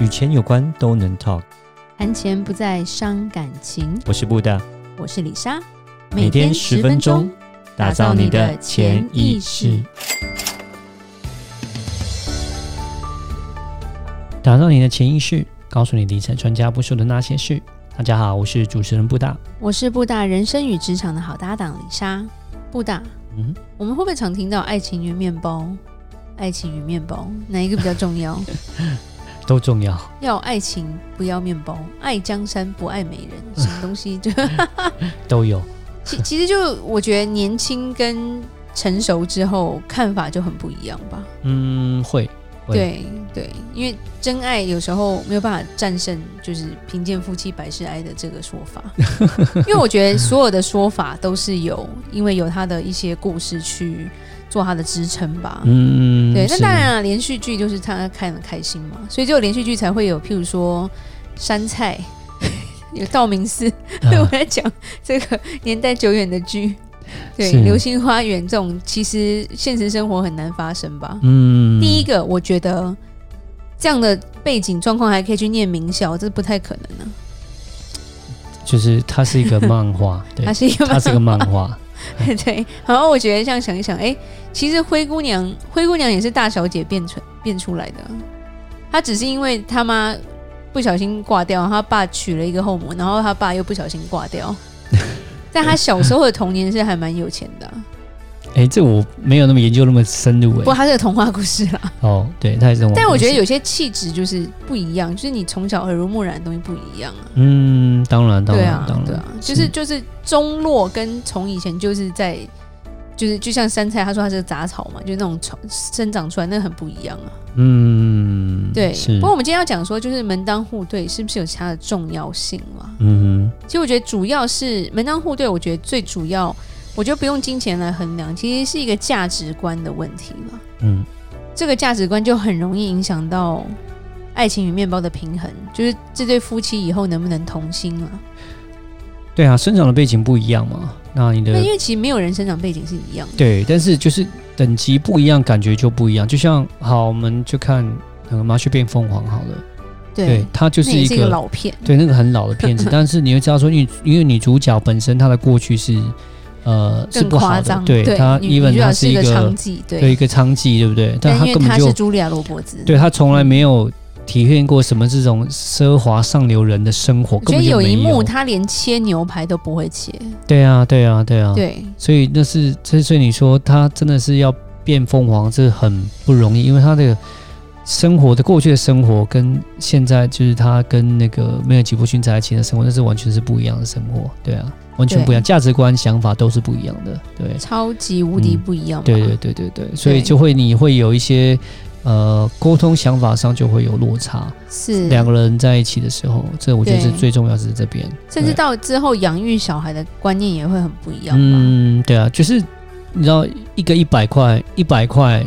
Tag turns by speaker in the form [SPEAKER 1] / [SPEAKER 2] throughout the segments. [SPEAKER 1] 与钱有关都能 talk。
[SPEAKER 2] 谈钱不再伤感情。
[SPEAKER 1] 我是布大，
[SPEAKER 2] 我是李莎，
[SPEAKER 1] 每天十分钟，打造你的潜意识，打造你的潜意识，告诉你理财专家不说的那些事。大家好，我是主持人布大。
[SPEAKER 2] 我是布大人生与职场的好搭档李莎。布大，
[SPEAKER 1] 嗯，
[SPEAKER 2] 我们会不会常听到爱情与面包？爱情与面包，哪一个比较 重要？
[SPEAKER 1] 都重要。
[SPEAKER 2] 要爱情，不要面包；爱江山，不爱美人。什么东西？就
[SPEAKER 1] 都有，
[SPEAKER 2] 其其实就我觉得年轻跟成熟之后看法就很不一样吧。
[SPEAKER 1] 嗯，会会
[SPEAKER 2] 对对，因为真爱有时候没有办法战胜，就是贫贱夫妻百事哀的这个说 法。因为我觉得所有的说法都是有，因为有他的一些故事去做他的支撑吧。
[SPEAKER 1] 嗯，
[SPEAKER 2] 对，那
[SPEAKER 1] 是
[SPEAKER 2] 当然了，连续剧就是他看得开心嘛，所以就连续剧才会有，譬如说山菜。 有道明寺，对我
[SPEAKER 1] 呃
[SPEAKER 2] 来讲，这个年代久远的剧，对
[SPEAKER 1] 是
[SPEAKER 2] 《流星花园》这种，其实现实生活很难发生吧？
[SPEAKER 1] 嗯，
[SPEAKER 2] 第一个，我觉得这样的背景状况还可以去念名校，这不太可能啊。
[SPEAKER 1] 就是它是一个漫 画，对
[SPEAKER 2] 它，是一个
[SPEAKER 1] 它是个漫 画，
[SPEAKER 2] 对。然后我觉得这样想一想，哎、其实灰姑娘，灰姑娘也是大小姐变成变出来的啊，她只是因为她妈不小心挂掉，她爸娶了一个后母，然后她爸又不小心挂掉。但她小时候的童年是还蛮有钱的啊、
[SPEAKER 1] 哎，这我没有那么研究那么深入
[SPEAKER 2] 不过
[SPEAKER 1] 哎。
[SPEAKER 2] 她是个童话故事啦。
[SPEAKER 1] 哦，对，它也是这种。
[SPEAKER 2] 但我觉得，有些气质就是不一样，就是你从小耳濡目染的东西不一样啊。
[SPEAKER 1] 嗯，当然，当
[SPEAKER 2] 对
[SPEAKER 1] 然
[SPEAKER 2] 啊，，
[SPEAKER 1] 当
[SPEAKER 2] 对
[SPEAKER 1] 然
[SPEAKER 2] 啊，，就是就是中落跟从以前就是在，就是就像山菜，他说它是个杂草嘛，就是那种从生长出来，那很不一样啊。
[SPEAKER 1] 嗯，
[SPEAKER 2] 对，
[SPEAKER 1] 是
[SPEAKER 2] 不，过我们今天要讲说，就是门当户对是不是有其他的重要性嘛？
[SPEAKER 1] 嗯
[SPEAKER 2] 其实我觉得主要是门当户对，我觉得最主要，我觉得不用金钱来衡量，其实是一个价值观的问题嘛。
[SPEAKER 1] 哼嗯，
[SPEAKER 2] 这个价值观就很容易影响到爱情与面包的平衡，就是这对夫妻以后能不能同心了、
[SPEAKER 1] 对啊，生长的背景不一样嘛，那你
[SPEAKER 2] 那
[SPEAKER 1] 的
[SPEAKER 2] 因为其实没有人生长背景是一样的。
[SPEAKER 1] 对，但是就是等级不一样，感觉就不一样。就像好，我们就看那个《麻雀变凤凰》好了，对，它就是
[SPEAKER 2] 那也
[SPEAKER 1] 一
[SPEAKER 2] 是一个
[SPEAKER 1] 个
[SPEAKER 2] 老片，
[SPEAKER 1] 对，那个很老的片 子，但是你会知道说，因为因为女主角本身她的过去是呃是
[SPEAKER 2] 更
[SPEAKER 1] 不好
[SPEAKER 2] 夸
[SPEAKER 1] 的
[SPEAKER 2] 张。，
[SPEAKER 1] 对她
[SPEAKER 2] 女女
[SPEAKER 1] even
[SPEAKER 2] 主
[SPEAKER 1] 她
[SPEAKER 2] 角
[SPEAKER 1] 是
[SPEAKER 2] 是
[SPEAKER 1] 一
[SPEAKER 2] 个娼
[SPEAKER 1] 个
[SPEAKER 2] 妓，
[SPEAKER 1] 对一
[SPEAKER 2] 对，
[SPEAKER 1] 个娼妓，对不对？但
[SPEAKER 2] 但
[SPEAKER 1] 她
[SPEAKER 2] 因为
[SPEAKER 1] 根本
[SPEAKER 2] 她嗯
[SPEAKER 1] 就是
[SPEAKER 2] 茱莉亚·罗伯兹，
[SPEAKER 1] 对她从来没有体验过什么这种奢华上流人的生活，
[SPEAKER 2] 我觉
[SPEAKER 1] 根
[SPEAKER 2] 得
[SPEAKER 1] 本就
[SPEAKER 2] 有
[SPEAKER 1] 没
[SPEAKER 2] 一幕
[SPEAKER 1] 有。
[SPEAKER 2] 她连切牛排都不会切，
[SPEAKER 1] 对啊，对啊，对啊，
[SPEAKER 2] 对，
[SPEAKER 1] 所以那是，所以所以你说她真的是要变凤凰，这很不容易，因为她这个生活的过去的生活跟现在就是她跟那个梅尔吉布逊在一起的生活，那是完全是不一样的生活，对啊，完全不一样，价值观、想法都是不一样的，对，
[SPEAKER 2] 超级无敌
[SPEAKER 1] 嗯
[SPEAKER 2] 不一样嘛。
[SPEAKER 1] 对对对对对，所以就会你会有一些呃沟通想法上就会有落差，
[SPEAKER 2] 是
[SPEAKER 1] 两个人在一起的时候，这我觉得是
[SPEAKER 2] 对
[SPEAKER 1] 最重要是这边，
[SPEAKER 2] 甚
[SPEAKER 1] 对
[SPEAKER 2] 至到之后养育小孩的观念也会很不一样吧。
[SPEAKER 1] 嗯，对啊，就是你知道一个一百块，一百块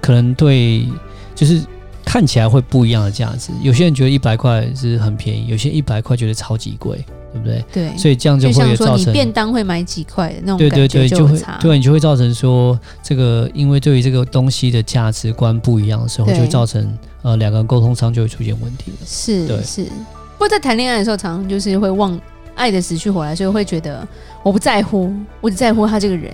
[SPEAKER 1] 可能对，就是看起来会不一样的价值。有些人觉得一百块是很便宜，有些一百块觉得超级贵，对不对？
[SPEAKER 2] 对，
[SPEAKER 1] 所以这样
[SPEAKER 2] 就
[SPEAKER 1] 会有
[SPEAKER 2] 像说
[SPEAKER 1] 造
[SPEAKER 2] 你
[SPEAKER 1] 成。
[SPEAKER 2] 便当会买几块的那种
[SPEAKER 1] 对对
[SPEAKER 2] 感觉
[SPEAKER 1] 对，就
[SPEAKER 2] 有
[SPEAKER 1] 会
[SPEAKER 2] 差。
[SPEAKER 1] 对你就会造成说，这个因为对于这个东西的价值观不一样的时候，就
[SPEAKER 2] 对
[SPEAKER 1] 会造成呃两个人沟通上就会出现问题了。对
[SPEAKER 2] 是是，不过在谈恋爱的时候，常常就是会忘爱的死去活来，所以会觉得我不在乎，我只在乎他这个人。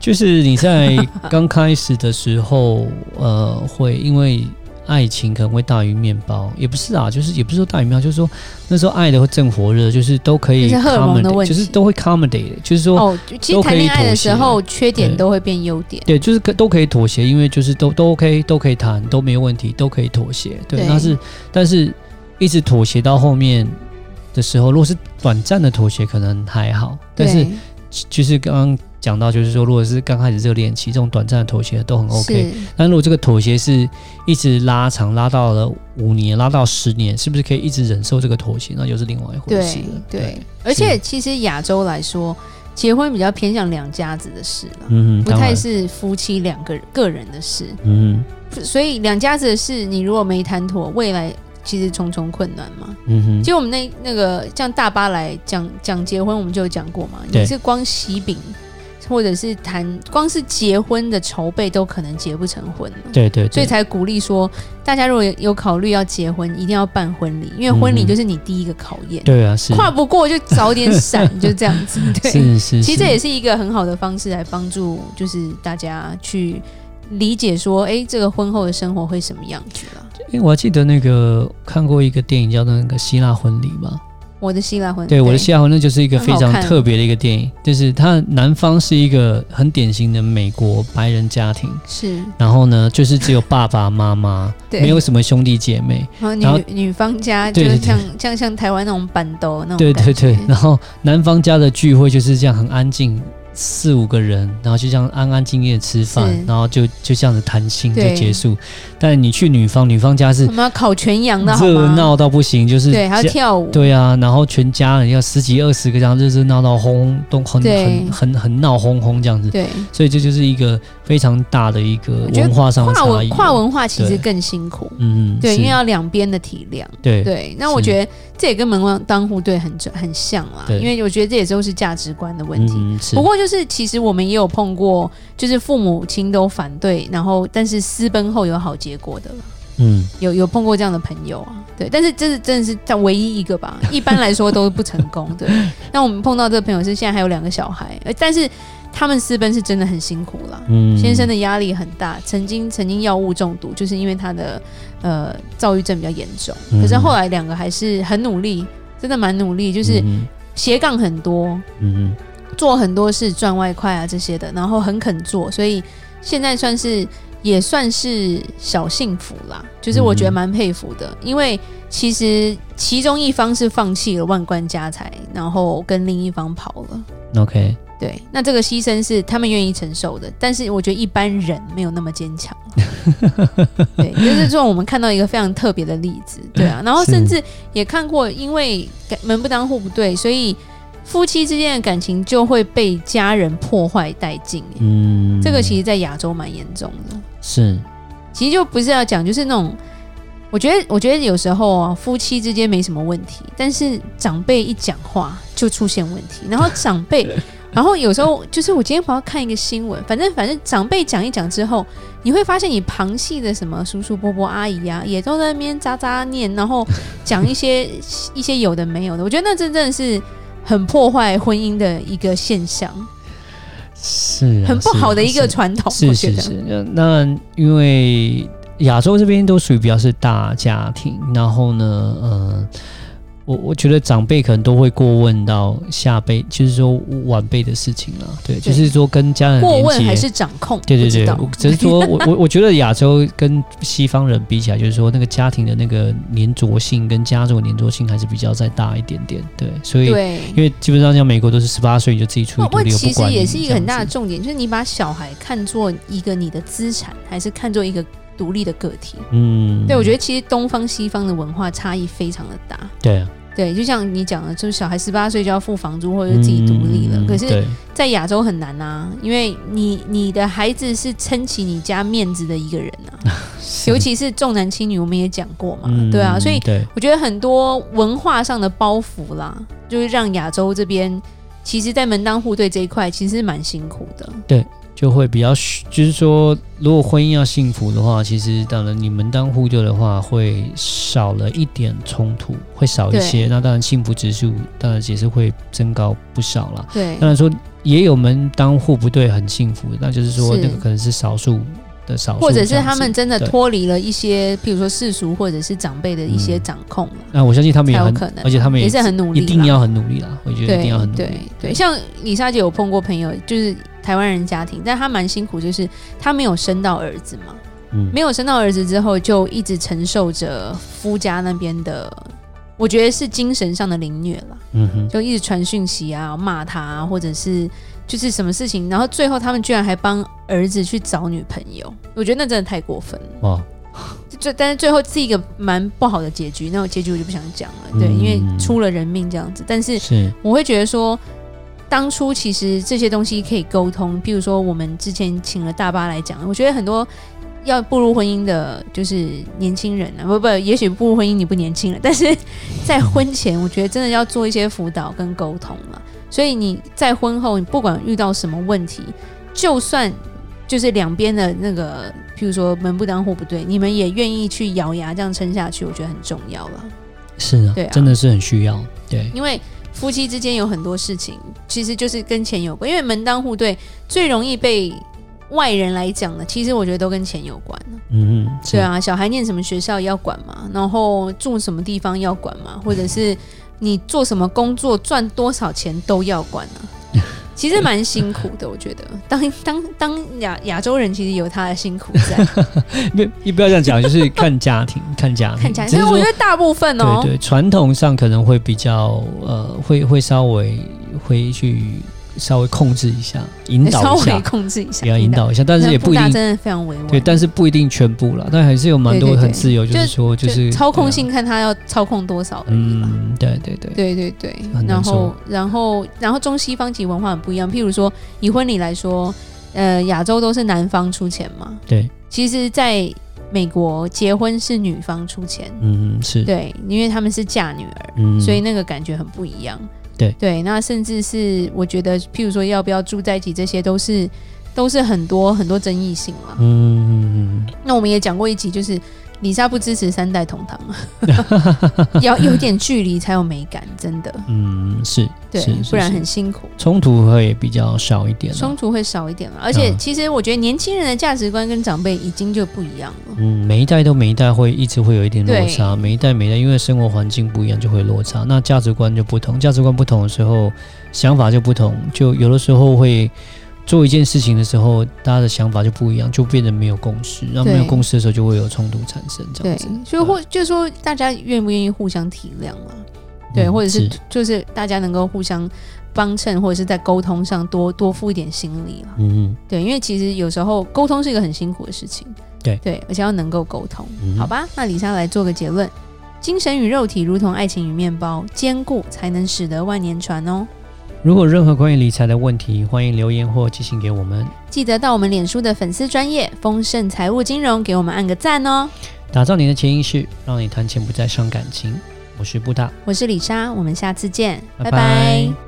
[SPEAKER 1] 就是你在刚开始的时候，呃，会因为爱情可能会大于面包，也不是啊，就是也不是说大于面包，就是说那时候爱的会正火热，就是都可以
[SPEAKER 2] 就是荷尔蒙的
[SPEAKER 1] accommodate，
[SPEAKER 2] 问
[SPEAKER 1] 就
[SPEAKER 2] 题
[SPEAKER 1] 是都会 accommodate，就是说。
[SPEAKER 2] 哦，其
[SPEAKER 1] 都
[SPEAKER 2] 实
[SPEAKER 1] 可
[SPEAKER 2] 谈
[SPEAKER 1] 以
[SPEAKER 2] 恋爱的
[SPEAKER 1] 妥协
[SPEAKER 2] 时候，缺点
[SPEAKER 1] 对
[SPEAKER 2] 都会变优点。
[SPEAKER 1] 对，就是可都可以妥协，因为就是都都 OK，都可以谈，都没有问题，都可以妥协。对，
[SPEAKER 2] 对
[SPEAKER 1] 但是但是一直妥协到后面的时候，如果是短暂的妥协，可能还好，但是
[SPEAKER 2] 对
[SPEAKER 1] 就是刚刚讲到，就是说如果是刚开始热恋期，这种短暂的妥协都很 OK。
[SPEAKER 2] 是
[SPEAKER 1] 但如果这个妥协是一直拉长，拉到了五年，拉到十年，是不是可以一直忍受这个妥协？那又是另外一回
[SPEAKER 2] 对
[SPEAKER 1] 事了。
[SPEAKER 2] 对，而且其实亚洲来说，结婚比较偏向两家子的事了。
[SPEAKER 1] 嗯，
[SPEAKER 2] 不
[SPEAKER 1] 当
[SPEAKER 2] 太
[SPEAKER 1] 然，
[SPEAKER 2] 是夫妻两个人个人的事，
[SPEAKER 1] 嗯
[SPEAKER 2] 所以两家子的事，你如果没谈妥，未来其实重重困难嘛。
[SPEAKER 1] 嗯哼，
[SPEAKER 2] 其实我们那那个像大巴来讲讲结婚，我们就有讲过嘛，
[SPEAKER 1] 对
[SPEAKER 2] 你是光喜饼。或者是谈，光是结婚的筹备都可能结不成婚了
[SPEAKER 1] 对对对，
[SPEAKER 2] 所以才鼓励说，大家如果有考虑要结婚，一定要办婚礼，因为婚礼
[SPEAKER 1] 嗯哼
[SPEAKER 2] 就是你第一个考验，
[SPEAKER 1] 对啊，是
[SPEAKER 2] 跨不过就早点闪，就这样子。对，
[SPEAKER 1] 是是，
[SPEAKER 2] 其实这
[SPEAKER 1] 是
[SPEAKER 2] 也是一个很好的方式来帮助，就是大家去理解说，哎、这个婚后的生活会什么样子啦。
[SPEAKER 1] 因为我还记得那个看过一个电影叫做那个《希腊婚礼》嘛，
[SPEAKER 2] 我的希腊婚，
[SPEAKER 1] 对，我的希腊婚礼就是一个
[SPEAKER 2] 嗯很
[SPEAKER 1] 非
[SPEAKER 2] 好
[SPEAKER 1] 常
[SPEAKER 2] 看
[SPEAKER 1] 特别的一个电影，就是它男方是一个很典型的美国白人家庭，
[SPEAKER 2] 是，
[SPEAKER 1] 然后呢就是只有爸爸妈妈，
[SPEAKER 2] 对，
[SPEAKER 1] 没有什么兄弟姐妹，
[SPEAKER 2] 然后女
[SPEAKER 1] 然后
[SPEAKER 2] 女方家就
[SPEAKER 1] 对对
[SPEAKER 2] 是
[SPEAKER 1] 对
[SPEAKER 2] 像像像台湾那种板斗那种，
[SPEAKER 1] 对对对，然后男方家的聚会就是这样很安静，四五个人，然后就这样安安静静的吃饭
[SPEAKER 2] 是，
[SPEAKER 1] 然后就就这样子谈心就
[SPEAKER 2] 对
[SPEAKER 1] 结束。但你去女方，女方家是
[SPEAKER 2] 我们要烤全羊的好
[SPEAKER 1] 热
[SPEAKER 2] 吗？
[SPEAKER 1] 闹到不行，就是
[SPEAKER 2] 对，还要
[SPEAKER 1] 家
[SPEAKER 2] 跳舞，
[SPEAKER 1] 对啊，然后全家人要十几二十个这样热热闹闹、轰轰很
[SPEAKER 2] 对
[SPEAKER 1] 很很很闹哄哄这样子，
[SPEAKER 2] 对
[SPEAKER 1] 所以这就是一个非常大的一个
[SPEAKER 2] 我觉得
[SPEAKER 1] 文化上的
[SPEAKER 2] 跨
[SPEAKER 1] 差
[SPEAKER 2] 文
[SPEAKER 1] 异。
[SPEAKER 2] 跨文化其实
[SPEAKER 1] 对
[SPEAKER 2] 更辛苦，
[SPEAKER 1] 嗯，
[SPEAKER 2] 对，
[SPEAKER 1] 是
[SPEAKER 2] 因为要两边的体谅。
[SPEAKER 1] 对
[SPEAKER 2] 对，那我
[SPEAKER 1] 是
[SPEAKER 2] 觉得这也跟门当当户对很很像啦，
[SPEAKER 1] 对
[SPEAKER 2] 因为我觉得这也都是价值观的问题。
[SPEAKER 1] 嗯是
[SPEAKER 2] 不过就是，其实我们也有碰过，就是父母亲都反对，然后但是私奔后有好结果的，
[SPEAKER 1] 嗯
[SPEAKER 2] 有有碰过这样的朋友啊，对。但是这是真的是他唯一一个吧，一般来说都不成功。 对，那我们碰到这个朋友是现在还有两个小孩，呃但是他们私奔是真的很辛苦啦。
[SPEAKER 1] 嗯
[SPEAKER 2] 先生的压力很大，曾经曾经药物中毒，就是因为他的呃躁郁症比较严重。
[SPEAKER 1] 嗯
[SPEAKER 2] 可是后来两个还是很努力，真的蛮努力，就是
[SPEAKER 1] 嗯
[SPEAKER 2] 斜杠很多，
[SPEAKER 1] 嗯
[SPEAKER 2] 做很多事赚外快啊这些的，然后很肯做，所以现在算是也算是小幸福啦。就是我觉得
[SPEAKER 1] 嗯
[SPEAKER 2] 蛮佩服的，因为其实其中一方是放弃了万贯家财，然后跟另一方跑了。
[SPEAKER 1] 嗯 OK
[SPEAKER 2] 对，那这个牺牲是他们愿意承受的，但是我觉得一般人没有那么坚 强。对，就是说我们看到一个非常特别的例子，对啊，然后
[SPEAKER 1] 是
[SPEAKER 2] 甚至也看过，因为感门不当户不对，所以夫妻之间的感情就会被家人破坏殆尽。
[SPEAKER 1] 嗯，
[SPEAKER 2] 这个其实，在亚洲蛮严重的。
[SPEAKER 1] 是
[SPEAKER 2] 其实就不是要讲，就是那种，我觉得，我觉得有时候啊，夫妻之间没什么问题，但是长辈一讲话就出现问题，然后长辈， 然后有时候就是我今天好像看一个新闻，反正反正长辈讲一讲之后，你会发现你旁系的什么叔叔伯伯阿姨啊，也都在那边喳喳念，然后讲一些一些有的没有的，我觉得那真正是。很破坏婚姻的一个现象，
[SPEAKER 1] 是啊
[SPEAKER 2] 很不
[SPEAKER 1] 是啊
[SPEAKER 2] 好的一
[SPEAKER 1] 是
[SPEAKER 2] 个传统，
[SPEAKER 1] 是
[SPEAKER 2] 我觉
[SPEAKER 1] 是
[SPEAKER 2] 得
[SPEAKER 1] 是，呃那因为亚洲这边都属于比较是大家庭，然后呢，呃，我我觉得长辈可能都会过问到下辈，就是说晚辈的事情了，对，就是说跟家人
[SPEAKER 2] 过
[SPEAKER 1] 连
[SPEAKER 2] 问还
[SPEAKER 1] 接。
[SPEAKER 2] 是掌控，
[SPEAKER 1] 对对
[SPEAKER 2] 不知
[SPEAKER 1] 对
[SPEAKER 2] 道，
[SPEAKER 1] 我只是说 我我我觉得亚洲跟西方人比起来，就是说那个家庭的那个粘着性跟家族的粘着性还是比较再大一点点，对，所以
[SPEAKER 2] 对，
[SPEAKER 1] 因为基本上像美国都是十八岁你就自己出去独
[SPEAKER 2] 问
[SPEAKER 1] 立，我
[SPEAKER 2] 其
[SPEAKER 1] 不
[SPEAKER 2] 实
[SPEAKER 1] 管
[SPEAKER 2] 也
[SPEAKER 1] 你
[SPEAKER 2] 是一
[SPEAKER 1] 这
[SPEAKER 2] 个很
[SPEAKER 1] 样
[SPEAKER 2] 大的
[SPEAKER 1] 子
[SPEAKER 2] 重点，就是你把小孩看作一个你的资产，还是看作一个独立的个体？
[SPEAKER 1] 嗯，
[SPEAKER 2] 对，我觉
[SPEAKER 1] 得
[SPEAKER 2] 得其实东方西方的文化差异非常的大。
[SPEAKER 1] 对啊，
[SPEAKER 2] 对，就像你讲的，就是小孩十八岁就要付房租或者自己独立了。
[SPEAKER 1] 嗯
[SPEAKER 2] 可是，
[SPEAKER 1] 对
[SPEAKER 2] 在亚洲很难啊，因为你你的孩子是撑起你家面子的一个人 啊，尤其是重男轻女，我们也讲过嘛，
[SPEAKER 1] 嗯
[SPEAKER 2] 对啊，所以
[SPEAKER 1] 对
[SPEAKER 2] 我觉得很多文化上的包袱啦，就是让亚洲这边，其实，在门当户对这一块，其实蛮辛苦的。
[SPEAKER 1] 就会比较虚，就是说，如果婚姻要幸福的话，其实当然你门当户对的话，会少了一点冲突，会少一
[SPEAKER 2] 对
[SPEAKER 1] 些。那当然幸福指数当然也是会增高不少啦。
[SPEAKER 2] 对
[SPEAKER 1] 当，然说也有门当户不对很幸福，那就是说
[SPEAKER 2] 是
[SPEAKER 1] 那个可能是少数的少数，
[SPEAKER 2] 或者是他们。真的
[SPEAKER 1] 对
[SPEAKER 2] 脱离了一些，譬如说世俗或者是长辈的一些
[SPEAKER 1] 嗯
[SPEAKER 2] 掌控啦，
[SPEAKER 1] 那我相信他们也
[SPEAKER 2] 才有
[SPEAKER 1] 很
[SPEAKER 2] 可能，
[SPEAKER 1] 而且他们
[SPEAKER 2] 也是很努力
[SPEAKER 1] 一
[SPEAKER 2] 啦，
[SPEAKER 1] 定要很努力啦。我觉得一定要很努力。
[SPEAKER 2] 对对，像李莎姐有碰过朋友，就是台湾人家庭，但她蛮辛苦，就是她没有生到儿子嘛，
[SPEAKER 1] 嗯
[SPEAKER 2] 没有生到儿子之后，就一直承受着夫家那边的，我觉得是精神上的凌虐啦，
[SPEAKER 1] 嗯哼，
[SPEAKER 2] 就一直传讯息啊，骂他、啊，或者是就是什么事情，然后最后他们居然还帮儿子去找女朋友，我觉得那真的太过分了。
[SPEAKER 1] 哇，
[SPEAKER 2] 就但是最后是一个蛮不好的结局，那种结局我就不想讲了，对，因为
[SPEAKER 1] 嗯
[SPEAKER 2] 出了人命这样子，但是
[SPEAKER 1] 是
[SPEAKER 2] 我会觉得说，当初其实这些东西可以沟通，譬如说我们之前请了大巴来讲，我觉得很多要步入婚姻的，就是年轻人啊，不不，也许步入 婚姻你不年轻了，但是在婚前，我觉得真的要做一些辅导跟沟通了。所以你在婚后，你不管遇到什么问题，就算就是两边的那个，譬如说门不当户不对，你们也愿意去咬牙这样撑下去，我觉得很重要了。
[SPEAKER 1] 是啊，
[SPEAKER 2] 对啊
[SPEAKER 1] 真的是很需要。对，
[SPEAKER 2] 因为夫妻之间有很多事情，其实就是跟钱有关。因为门当户对最容易被外人来讲的，其实我觉得都跟钱有关。
[SPEAKER 1] 嗯嗯，是
[SPEAKER 2] 对，啊，小孩念什么学校要管嘛，然后住什么地方要管嘛，或者是你做什么工作赚多少钱都要管 啊。其实蛮辛苦的，我觉得当当当亚亚洲人其实有他的辛苦 在，
[SPEAKER 1] 嗯不，你不要这样讲，就是看家庭， 看家庭，
[SPEAKER 2] 看起来，
[SPEAKER 1] 只
[SPEAKER 2] 但
[SPEAKER 1] 是
[SPEAKER 2] 是我
[SPEAKER 1] 说
[SPEAKER 2] 觉得大部分哦，
[SPEAKER 1] 对对，传统上可能会比较呃，会会稍微会去稍微控制一下，引
[SPEAKER 2] 稍
[SPEAKER 1] 导一
[SPEAKER 2] 微
[SPEAKER 1] 下，
[SPEAKER 2] 控制一下，
[SPEAKER 1] 也要引导一下，但
[SPEAKER 2] 那布达，
[SPEAKER 1] 是也不一定
[SPEAKER 2] 真的非常委婉，
[SPEAKER 1] 对，但是不一定全部了，但还是有蛮
[SPEAKER 2] 对
[SPEAKER 1] 多
[SPEAKER 2] 对对
[SPEAKER 1] 很自由，
[SPEAKER 2] 就
[SPEAKER 1] 就是说就是
[SPEAKER 2] 操控，
[SPEAKER 1] 对啊
[SPEAKER 2] 性，看他要操控多少而已啦。
[SPEAKER 1] 嗯，对对对，
[SPEAKER 2] 对对对
[SPEAKER 1] 很，难
[SPEAKER 2] 然后然后然后中西方其实文化很不一样。譬如说，以婚礼来说，呃，亚洲都是男方出钱嘛。
[SPEAKER 1] 对，
[SPEAKER 2] 其实在美国结婚是女方出钱，
[SPEAKER 1] 嗯是，
[SPEAKER 2] 对，因为他们是嫁女儿，
[SPEAKER 1] 嗯，
[SPEAKER 2] 所以那个感觉很不一样。
[SPEAKER 1] 对
[SPEAKER 2] 对，那甚至是我觉得，譬如说要不要住在一起，这些都是都是很多很多争议性啦。
[SPEAKER 1] 嗯，嗯
[SPEAKER 2] 那我们也讲过一集，就是李莎不支持三代同 堂，要有点距离才有美感，真的，
[SPEAKER 1] 嗯嗯是，
[SPEAKER 2] 对
[SPEAKER 1] 是，是
[SPEAKER 2] 不然
[SPEAKER 1] 是
[SPEAKER 2] 很辛苦，
[SPEAKER 1] 冲突会比较少一点啦，
[SPEAKER 2] 冲突会少一点嘛。而且
[SPEAKER 1] 嗯
[SPEAKER 2] 其实我觉得年轻人的价值观跟长辈已经就不一样了，
[SPEAKER 1] 嗯，每一代都每一代会一直会有一点落
[SPEAKER 2] 对
[SPEAKER 1] 差，每一代每一代因为生活环境不一样就会落差，那价值观就不同，价值观不同的时候，想法就不同，就有的时候会做一件事情的时候，大家的想法就不一样，就变得没有共识，然后没有
[SPEAKER 2] 对
[SPEAKER 1] 共识的时候就会有冲突产生，这
[SPEAKER 2] 对
[SPEAKER 1] 样子，，嗯
[SPEAKER 2] 所以或就是说大家愿不愿意互相体谅嘛？对，
[SPEAKER 1] 嗯
[SPEAKER 2] 或者是就是大家能够互相帮衬，或者是在沟通上多多付一点心力啦。
[SPEAKER 1] 嗯
[SPEAKER 2] 对，因为其实有时候沟通是一个很辛苦的事情，
[SPEAKER 1] 对
[SPEAKER 2] 对，而且要能够沟通。
[SPEAKER 1] 嗯，
[SPEAKER 2] 好，吧，那李莎来做个结论：精神与肉体如同爱情与面包，坚固才能使得万年船哦。
[SPEAKER 1] 如果有任何关于理财的问题，欢迎留言或寄信给我们，
[SPEAKER 2] 记得到我们脸书的粉丝专业丰盛财务金融给我们按个赞哦。
[SPEAKER 1] 打造你的潜意识，让你谈钱不再伤感情。我是布大，
[SPEAKER 2] 我是李莎，我们下次见，
[SPEAKER 1] 拜
[SPEAKER 2] 拜拜
[SPEAKER 1] 拜